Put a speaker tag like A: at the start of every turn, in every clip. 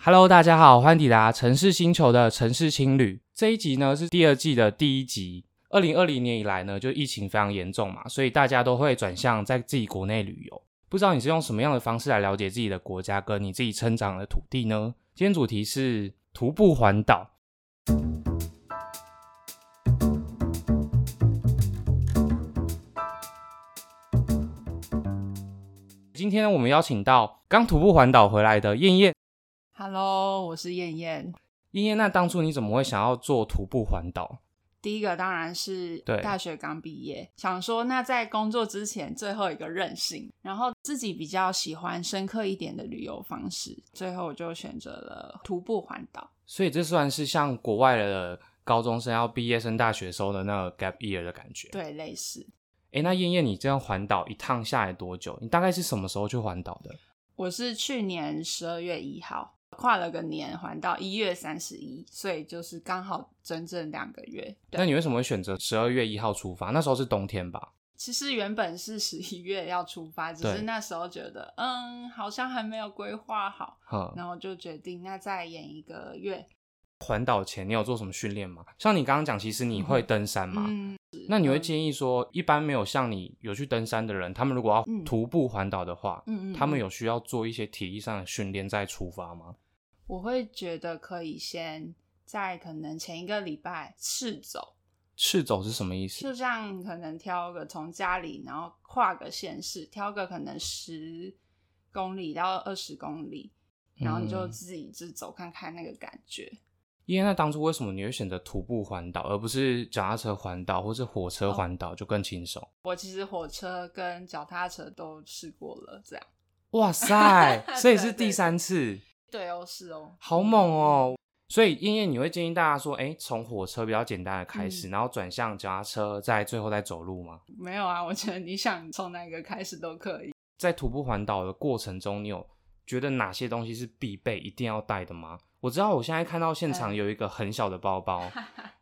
A: Hello，大家好，欢迎抵达城市星球的城市青旅。这一集呢是第二季的第一集。二零二零年以来呢，就疫情非常严重嘛，所以大家都会转向在自己国内旅游。不知道你是用什么样的方式来了解自己的国家跟你自己生长的土地呢？今天主题是徒步环岛。今天呢，我们邀请到刚徒步环岛回来的燕燕。
B: Hello，我是燕燕。
A: 燕燕，那当初你怎么会想要做徒步环岛？
B: 第一个当然是
A: 对
B: 大学刚毕业，想说那在工作之前最后一个任性，然后自己比较喜欢深刻一点的旅游方式，最后我就选择了徒步环岛。
A: 所以这算是像国外的高中生要毕业升大学时候的那个 gap year 的感觉。，
B: 对，类似
A: 哎，那燕燕，你这样环岛一趟下来多久？你大概是什么时候去环岛的？
B: 我是去年十二月一号跨了个年，环到一月三十一，所以就是刚好整整两个月。对
A: 那，你为什么会选择十二月一号出发？那时候是冬天吧？
B: 其实原本是十一月要出发，只
A: 对
B: 是那时候觉得嗯，好像还没有规划好。
A: 哼，
B: 然后就决定那再演一个月。
A: 环岛前你有做什么训练吗？像你刚刚讲，其实你会登山嘛？
B: 嗯，
A: 那你会建议说，一般没有像你有去登山的人，他们如果要
B: 嗯
A: 徒步环岛的话，
B: 嗯嗯，
A: 他们
B: 嗯，
A: 有需要做一些体力上的训练再出发吗？
B: 我会觉得可以先在可能前一个礼拜试走，
A: 赤走是什么意思？
B: 就像可能挑个从家里，然后跨个县市，挑个可能十公里到二十公里，然后你就
A: 嗯
B: 自己自走看看那个感觉。
A: 因为那当初为什么你会选择徒步环岛，而不是脚踏车环岛或是火车环岛，就更轻松？
B: 我其实火车跟脚踏车都试过了，这样，
A: 哇塞 所以是
B: 对对
A: 第三次，
B: 对哦，是哦，
A: 好猛哦！所以燕燕，你会建议大家说，哎、从火车比较简单的开始，然后转向脚踏车，再最后再走路吗？
B: 没有啊，我觉得你想从哪个开始都可以。
A: 在徒步环岛的过程中，你有觉得哪些东西是必备、一定要带的吗？我知道我现在看到现场
B: 嗯
A: 有一个很小的包 包，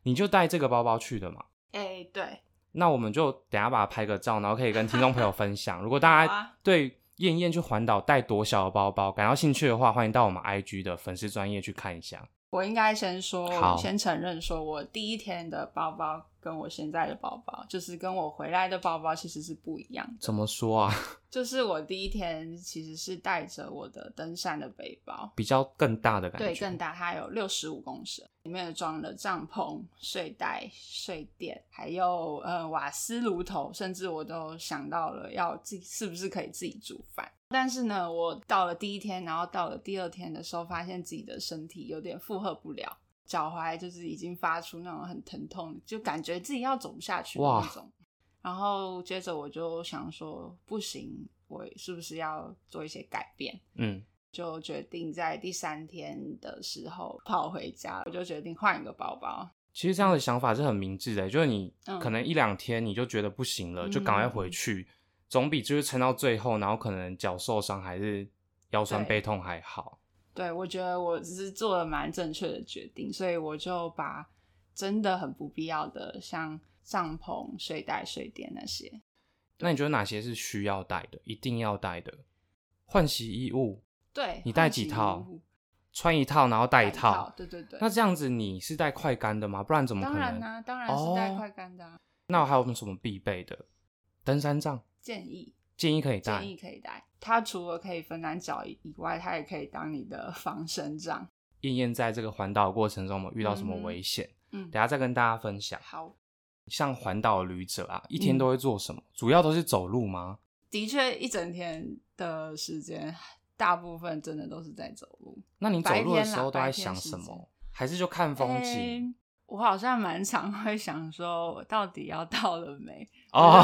A: 你就带这个包包去的嘛。
B: 哎、对，
A: 那我们就等一下把它拍个照，然后可以跟听众朋友分享。如果大
B: 好
A: 家
B: 啊
A: 对燕燕去环岛带多小的包包感到兴趣的话，欢迎到我们 IG 的粉丝专业去看一下。
B: 我应该先说，
A: 好
B: 我先承认说，我第一天的包包跟我现在的包包，就是跟我回来的包包其实是不一样的。
A: 怎么说啊？
B: 就是我第一天其实是带着我的登山的背包，
A: 比较更大的感觉，
B: 对，更大，它有六十五公升，里面装了帐篷、睡袋、睡垫，还有呃瓦斯炉头，甚至我都想到了要自己是不是可以自己煮饭。但是呢，我到了第一天，然后到了第二天的时候，发现自己的身体有点负荷不了，脚踝就是已经发出那种很疼痛，就感觉自己要走不下去的
A: 哇
B: 那种。然后接着我就想说，不行，我是不是要做一些改变？
A: 嗯，
B: 就决定在第三天的时候跑回家，我就决定换一个包包。
A: 其实这样的想法是很明智的，就是你
B: 嗯
A: 可能一两天你就觉得不行了，就赶快回去，总比就是撑到最后，然后可能脚受伤还是腰酸
B: 对
A: 背痛还好。
B: 对我觉得我只是做了蛮正确的决定，所以我就把真的很不必要的，像帐篷、睡袋、睡垫那些，
A: 那你觉得哪些是需要带的，一定要带的？换洗衣物，
B: 对，
A: 你带
B: 换洗
A: 几套
B: 衣物？
A: 穿一套，然后带一套。
B: 对对对。
A: 那这样子你是带快干的吗？不然怎么可
B: 当
A: 能？
B: 然啊啦、当然是带
A: 哦
B: 快干的啊、
A: 那还有没有什么必备的？登山杖
B: 建议
A: 建议可以带
B: 建。议可以带，它除了可以分担脚以外，它也可以当你的防身杖。
A: 燕燕在这个环岛的过程中，有没有遇到什么
B: 嗯哼
A: 危险？
B: 嗯，
A: 等一下再跟大家分享。
B: 好。
A: 像环岛旅者啊，一天
B: 嗯
A: 都会做什么？主要都是走路吗？
B: 的确，一整天的时间，大部分真的都是在走路。
A: 那你走
B: 白
A: 路的
B: 天
A: 时
B: 啦
A: 候都在
B: 白天
A: 想
B: 时
A: 什
B: 间嗯
A: 么？还是就看风景？
B: 诶我好像蛮常会想说，我到底要到了没？
A: 哦，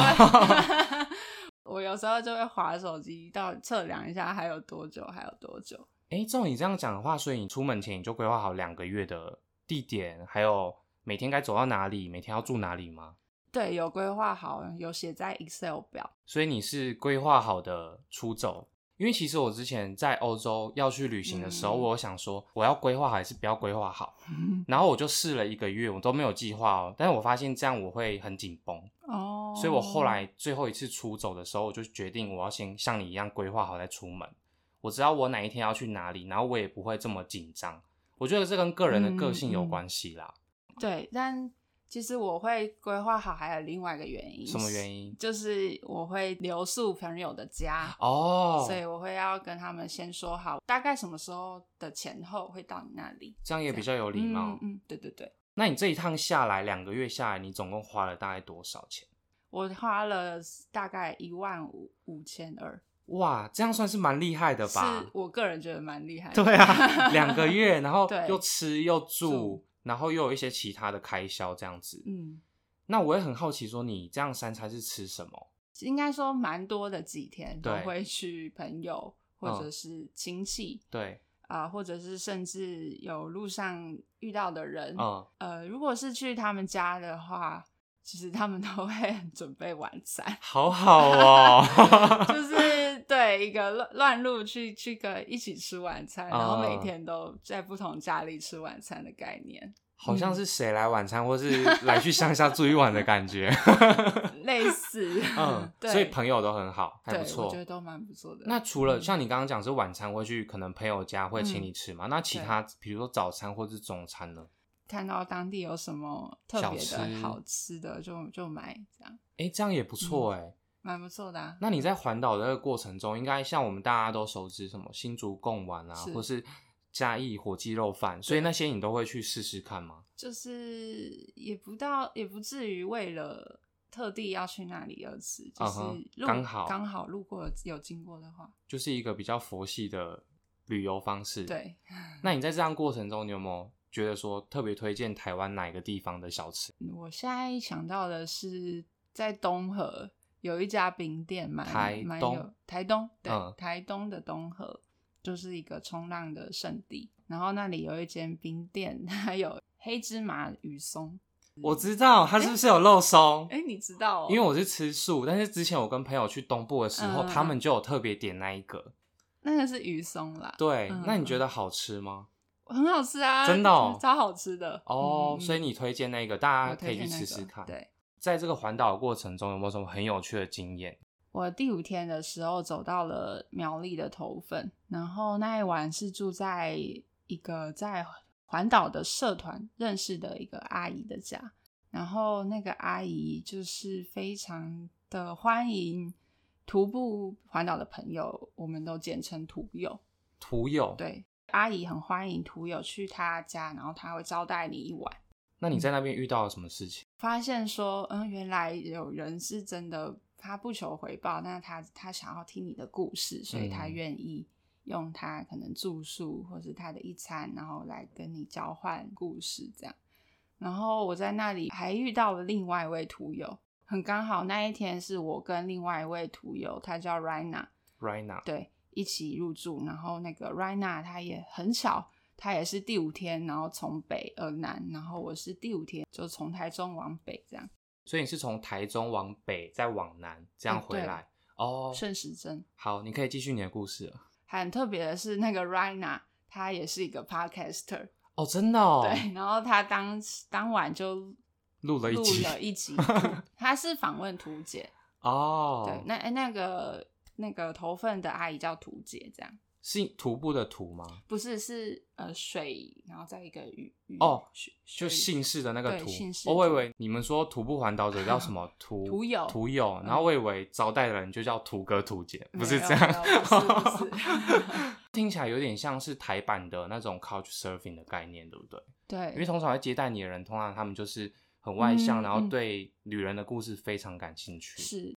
B: 我有时候就会划手机，到测量一下还有多久，还有多久。
A: 哎，照你这样讲的话，所以你出门前你就规划好两个月的地点，还有每天该走到哪里，每天要住哪里吗？
B: 对，有规划好，有写在 Excel 表。
A: 所以你是规划好的出走。因为其实我之前在欧洲要去旅行的时候，
B: 嗯
A: 我有想说我要规划好还是不要规划好，然后我就试了一个月，我都没有计划哦。但是我发现这样我会很紧绷，
B: 哦，
A: 所以我后来最后一次出走的时候，我就决定我要先像你一样规划好再出门。我知道我哪一天要去哪里，然后我也不会这么紧张。我觉得这跟个人的
B: 嗯
A: 个性有关系啦。
B: 对，但其实我会规划好，还有另外一个原因，
A: 什么原
B: 因？
A: 因？
B: 就是我会留宿朋友的家，
A: 哦，
B: 所以我会要跟他们先说好，大概什么时候的前后会到你那里。
A: 这样也比较有礼貌。
B: 嗯，嗯对对对，
A: 那你这一趟下来，两个月下来，你总共花了大概多少钱？
B: 我花了大概一万五五千二，
A: 哇，这样算是蛮厉害的
B: 是
A: 吧？
B: 我个人觉得蛮厉害的。
A: 对 啊，两个月，然后
B: 对
A: 又吃又住
B: 住，
A: 然后又有一些其他的开销，这样子。
B: 嗯，
A: 那我也很好奇，说你这样三餐是吃什么？
B: 应该说蛮多的几天都
A: 对
B: 会去朋友或者
A: 嗯
B: 是亲戚
A: 对，
B: 啊、或者是甚至有路上遇到的人。
A: 嗯，，
B: 呃，如果是去他们家的话，其实他们都会准备晚餐
A: 好好 哦。
B: 就是对一个乱乱入去去个一起吃晚餐，然后每
A: 嗯
B: 天都在不同家里吃晚餐的概念，
A: 好
B: 嗯
A: 像是谁来晚餐，或是来去乡下住一晚的感 觉。
B: 类似。，
A: 嗯
B: 对，
A: 所以朋友都很好，还
B: 对
A: 不
B: 我
A: 错
B: 觉。得都蛮不错的。
A: 那除了
B: 嗯
A: 像你刚刚讲是晚餐会去可能朋友家会请
B: 嗯
A: 你吃嘛？那其
B: 对
A: 他比如说早餐或是中餐呢？
B: 看到当地有什么特
A: 小
B: 别
A: 吃
B: 的好吃的，就就买，这样
A: 诶，这样也
B: 嗯
A: 不错诶。
B: 蛮不错的、啊。
A: 那你在环岛的这个过程中，应该像我们大家都熟知什么新竹贡丸啊，
B: 是
A: 或是嘉义火鸡肉饭，所以那些你都会去试试看吗？
B: 就是也不到，也不至于为了特地要去那里而吃，就
A: 嗯
B: 是
A: 哼
B: 路
A: 刚好
B: 刚好路过有经过的话，
A: 就是一个比较佛系的旅游方式。，
B: 对，
A: 那你在这样过程中，你有没有觉得说特别推荐台湾哪一个地方的小吃？
B: 我现在想到的是在东河有一家饼店蛮，
A: 台
B: 蛮
A: 东
B: 有台东，对，
A: 嗯
B: 台东的东河就是一个冲浪的圣地，然后那里有一间冰店， 它有黑芝麻鱼松，
A: 我知道它是不是有肉松？
B: 哎、你知道、哦？
A: 因为我是吃素，但是之前我跟朋友去东部的时候，
B: 嗯
A: 他们就有特别点那一个。
B: 那个是鱼松啦，
A: 对，
B: 嗯
A: 那你觉得好吃吗？
B: 很好吃啊，
A: 真的哦
B: 超好吃的
A: 哦，
B: 嗯
A: 所以你推荐那个，大家
B: 我
A: 可
B: 推
A: 以去
B: 荐那
A: 试
B: 个
A: 试看。
B: 对，
A: 在这个环岛的过程中，有没有什么很有趣的经验？
B: 我第五天的时候走到了苗栗的头份，然后那一晚是住在一个在环岛的社团认识的一个阿姨的家，然后那个阿姨就是非常的欢迎徒步环岛的朋友，我们都简称徒友。
A: 徒友，
B: 对，阿姨很欢迎徒友去她家，然后她会招待你一晚。
A: 那
B: 嗯
A: 你在那边遇到了什么事情？
B: 发现说，嗯，原来有人是真的，他不求回报，那他他想要听你的故事，所以他
A: 嗯
B: 愿意用他可能住宿或是他的一餐，然后来跟你交换故事这样。然后我在那里还遇到了另外一位徒友，很刚好那一天是我跟另外一位徒友，他叫 Rina，
A: Rina，
B: 对，一起入住。然后那个 Rina 她也很巧，她也是第五天，然后从北而南，然后我是第五天就从台中往北这样，
A: 所以你是从台中往北，再往南，这
B: 嗯
A: 样回来。哦，
B: 顺时针。
A: 好，你可以继续你的故事了。
B: 还很特别的是，那个 Rina 她也是一个 podcaster，、
A: 哦，真的哦，
B: 对，然后她当当晚就
A: 录了一
B: 录
A: 集
B: 了一 集图，她是访问图姐，对
A: 哦，，
B: 那哎那个那个头份的阿姨叫图姐，这样
A: 是徒步的徒吗？
B: 不是是呃水，然后再一个鱼鱼
A: 哦，
B: 水
A: 就
B: 水
A: 姓氏的那个
B: 对
A: 徒
B: 姓。氏
A: 哦我以
B: 徒
A: 为你们说徒步环岛者叫什 么徒
B: 徒友嗯
A: 徒友，然后我以为招待的人就叫徒哥徒姐，不是
B: 没有
A: 这样
B: 没有不是不 是，
A: 听起来有点像是台版的那种 couch surfing 的概念，对不对？
B: 对，
A: 因为通常会接待你的人，通常他们就是很外向，
B: 嗯
A: 然后
B: 嗯
A: 对旅人的故事非常感兴趣。
B: 是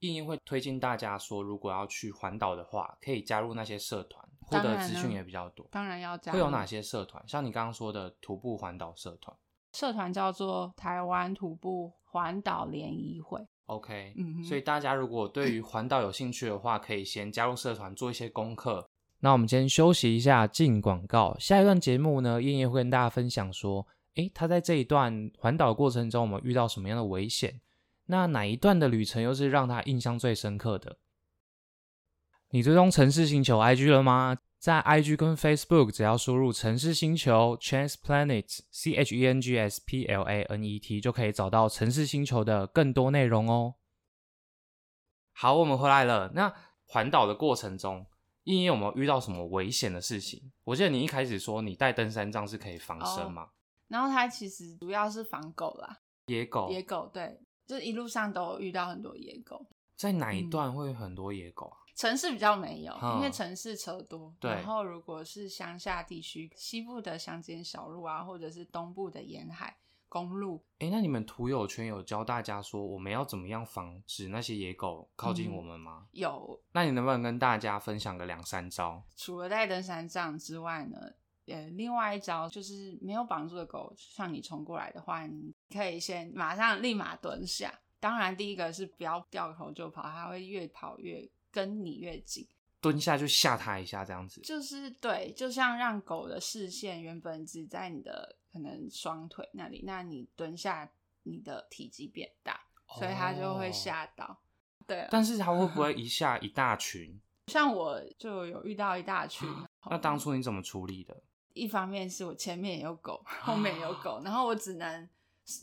A: 硬硬会推荐大家说，如果要去环岛的话，可以加入那些社团，获
B: 当
A: 得
B: 然
A: 资
B: 啊
A: 讯也比较多。
B: 当然要加入。
A: 会有哪些社团？像你刚刚说的徒步环岛社团
B: 社团叫做台湾徒步环岛联谊会？
A: ，OK。
B: 嗯哼
A: 所以大家如果对于环岛有兴趣的话，可以先加入社团做一些功课。那我们先休息一下，进广告。下一段节目呢，燕燕会跟大家分享说，诶，她在这一段环岛过程中，我们遇到什么样的危险？那哪一段的旅程又是让她印象最深刻的？你追踪城市星球 IG 了吗？在 IG 跟 Facebook 只要输入“城市星球 Chance Planet C H E N G S P L A N E T” 就可以找到城市星球的更多内容哦。好，我们回来了。那环岛的过程中，茵茵有没有遇到什么危险的事情？我记得你一开始说你带登山杖是可以防身嘛，
B: 然后它其实主要是防狗啦，
A: 野狗
B: 野狗对，就是一路上都有遇到很多野狗，
A: 在哪一段会有很多野狗啊？
B: 城市比较没有，
A: 嗯
B: 因为城市车多。
A: 对
B: 然后如果是乡下地区，西部的乡间小路啊，或者是东部的沿海公路，
A: 哎、那你们徒友圈有教大家说我们要怎么样防止那些野狗靠近我们吗？
B: 有
A: 那你能不能跟大家分享个两三招？
B: 除了带登山杖之外呢，呃，另外一招就是没有绑住的狗向你冲过来的话，你可以先马上立马蹲下。当然，第一个是不要掉头就跑，它会越跑越跟你越近。
A: 蹲下就吓它一下，这样子。
B: 就是对，就像让狗的视线原本只在你的可能双腿那里，那你蹲下，你的体积变大，所以它就
A: 哦
B: 会吓到。对，
A: 但是它会不 会一下一大群？。
B: 像我就有遇到一大群
A: 啊那当初你怎么处理的？
B: 一方面是我前面也有狗，后面也有
A: 啊
B: 狗，然后我只能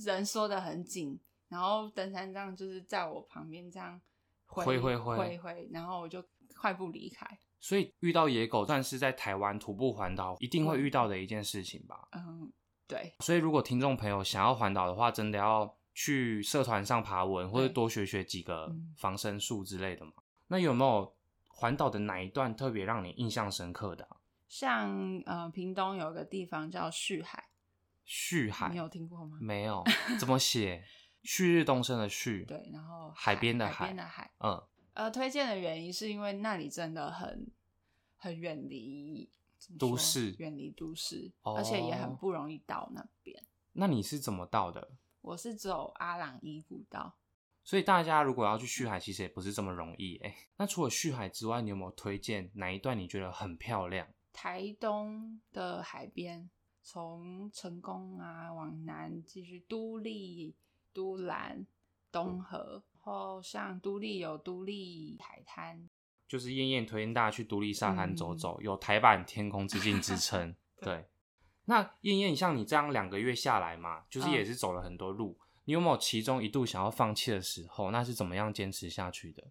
B: 人缩得很紧，然后登山杖就是在我旁边这样
A: 挥挥
B: 挥
A: 挥
B: 挥挥，然后我就快步离开。
A: 所以遇到野狗算是在台湾徒步环岛一定会遇到的一件事情吧。
B: 嗯，对，
A: 所以如果听众朋友想要环岛的话，真的要去社团上爬文，或者多学学几个
B: 嗯
A: 防身术之类的嘛。那有没有环岛的哪一段特别让你印象深刻的啊、
B: 像呃屏东有个地方叫旭海。
A: 旭海
B: 你有听过吗？
A: 没有？怎么写？旭日东升的 旭，
B: 对，然后
A: 海边的
B: 海边
A: 海
B: 的海，
A: 嗯，
B: 呃，推荐的原因是因为那里真的很很远离怎么
A: 都
B: 说
A: 市
B: 远离都市，而且也
A: 哦
B: 很不容易到那边。
A: 那你是怎么到的？
B: 我是走阿朗伊古道，
A: 所以大家如果要去旭海，其实也不是这么容易哎、那除了旭海之外，你有没有推荐哪一段你觉得很漂亮？
B: 台东的海边，从成功啊往南继续都立、都兰、
A: 嗯
B: 东河，然后像都立有都立海滩，
A: 就是燕燕推荐大家去独立沙滩走
B: 嗯
A: 走，有台版天空之镜之 称。对，那燕燕像你这样两个月下来嘛，就是
B: 嗯
A: 也是走了很多路，你有没有其中一度想要放弃的时候？那是怎么样坚持下去的？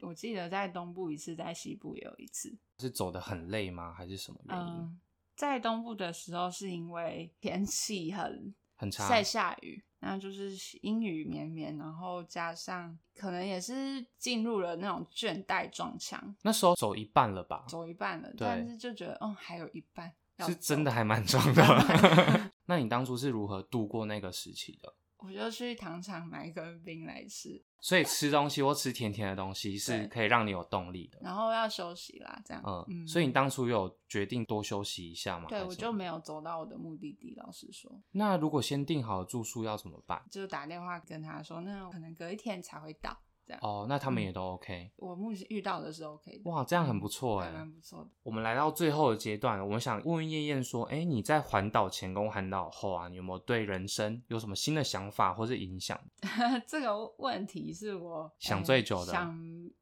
B: 我记得在东部一次，在西部也有一次。
A: 是走得很累吗？还是什么原因？
B: 嗯，在东部的时候是因为天气很
A: 很差，
B: 在下雨，那就是阴雨绵绵，然后加上可能也是进入了那种倦怠撞墙，
A: 那时候走一半了吧？
B: 走一半了，
A: 对
B: 但是就觉得哦还有一半要
A: 是
B: 走
A: 真的，还蛮壮的。 那你当初是如何度过那个时期的？
B: 我就去糖厂买一根冰来吃，
A: 所以吃东西或吃甜甜的东西是
B: 对
A: 可以让你有动力的。
B: 然后要休息啦，这样，
A: 嗯，所以你当初有决定多休息一下吗？还
B: 对
A: 是
B: 我
A: 什
B: 就
A: 么
B: 没有走到我的目的地，老实说，
A: 那如果先订好住宿要怎么办？
B: 就打电话跟他说，那可能隔一天才会到，这样。
A: 哦，那他们
B: 嗯
A: 也都 OK。
B: 我目前遇到的是 OK 的，
A: 哇，这样很不错
B: 嗯还
A: 哎。
B: 蛮不错的。
A: 我们来到最后的阶段了，我们想问问燕燕说，哎、你在环岛前跟环岛后啊，你有没有对人生有什么新的想法或是影响？
B: 这个问题是我
A: 想
B: 呃
A: 最久的
B: 想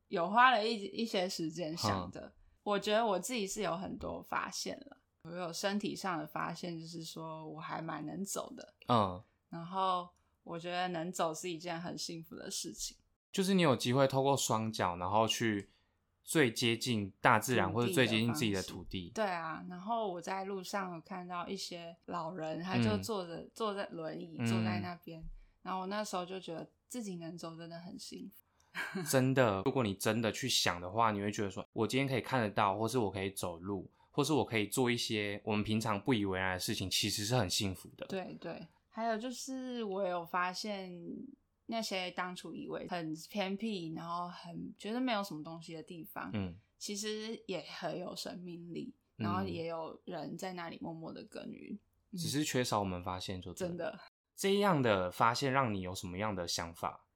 B: 有花了一一些时间想的。我觉得我自己是有很多发现了，我有身体上的发现，就是说我还蛮能走的。
A: 嗯，
B: 然后我觉得能走是一件很幸福的事情，
A: 就是你有机会透过双脚，然后去最接近大自然
B: 土
A: 或者
B: 地
A: 最
B: 的
A: 接近
B: 方
A: 自己的
B: 式
A: 土地。
B: 对啊。然后我在路上有看到一些老人，他就
A: 嗯
B: 坐着、坐在轮椅
A: 嗯
B: 坐在那边，然后我那时候就觉得自己能走真的很幸福。
A: 真的，如果你真的去想的话，你会觉得说，我今天可以看得到，或是我可以走路，或是我可以做一些我们平常不以为然的事情，其实是很幸福的。，
B: 对对，还有就是我有发现那些当初以为很偏僻，然后很觉得没有什么东西的地方，
A: 嗯，
B: 其实也很有生命力，然后
A: 嗯
B: 也有人在那里默默的耕耘，
A: 只是缺少我们发现，就
B: 嗯真的，
A: 这样的发现让你有什么样的想法？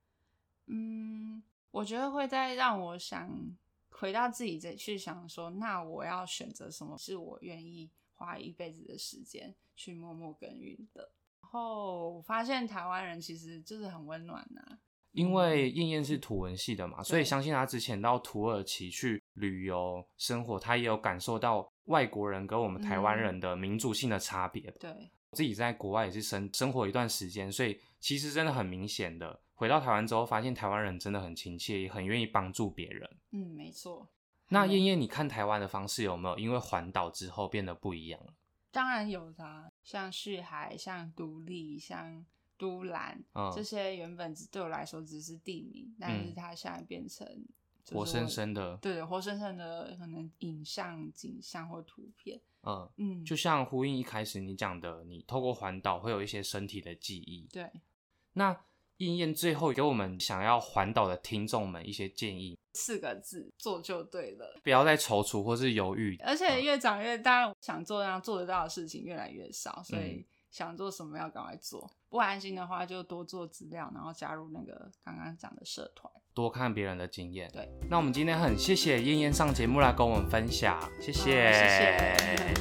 B: 嗯，我觉得会再让我想回到自己这去想说，那我要选择什么是我愿意花一辈子的时间去默默耕耘的。然后我发现台湾人其实就是很温暖啊呐、
A: 因为燕燕是土文系的嘛，所以
B: 嗯对
A: 相信她之前到土耳其去旅游生活，她也有感受到外国人跟我们台湾
B: 嗯
A: 人的民族性的差别吧。
B: 对。
A: 我自己在国外也是生生活一段时间，所以其实真的很明显的，回到台湾之后，发现台湾人真的很亲切，也很愿意帮助别人。
B: 嗯，没错。
A: 那燕燕，你看台湾的方式有没有因为环岛之后变得不一样了？
B: 当然有的啊、像旭海、像独立、像都兰、
A: 嗯
B: 这些，原本只对我来说只是地名，但是它现在变成就是
A: 活
B: 我
A: 生生的，
B: 对活生生的可能影像、景象或图片，
A: 嗯，
B: 嗯，
A: 就像呼应一开始你讲的，你透过环岛会有一些身体的记忆。
B: 对。
A: 那燕燕最后给我们想要环岛的听众们一些建议，
B: 四个字，做就对了。
A: 不要再踌躇或是犹豫。
B: 而且
A: 嗯
B: 越长越大，想做那样做得到的事情越来越少，所
A: 嗯
B: 以想做什么要赶快做。不安心的话，就多做资料，然后加入那个刚刚讲的社团。
A: 多看别人的经验。
B: 对，
A: 那我们今天很谢谢燕燕上节目来跟我们分享，谢谢，
B: 好谢谢。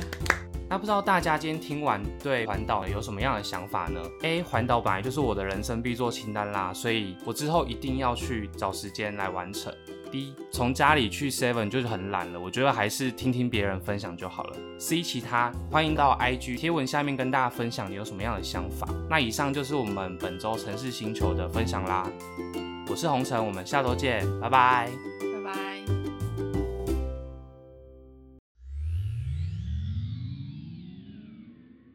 A: 那不知道大家今天听完对环岛有什么样的想法呢？A 环岛本来就是我的人生必做清单啦，所以我之后一定要去找时间来完成。B 从家里去 Seven 就是很懒了，我觉得还是听听别人分享就好了。C 其他欢迎到 IG 贴文下面跟大家分享你有什么样的想法。那以上就是我们本周城市星球的分享啦，我是红尘，我们下周见，拜拜。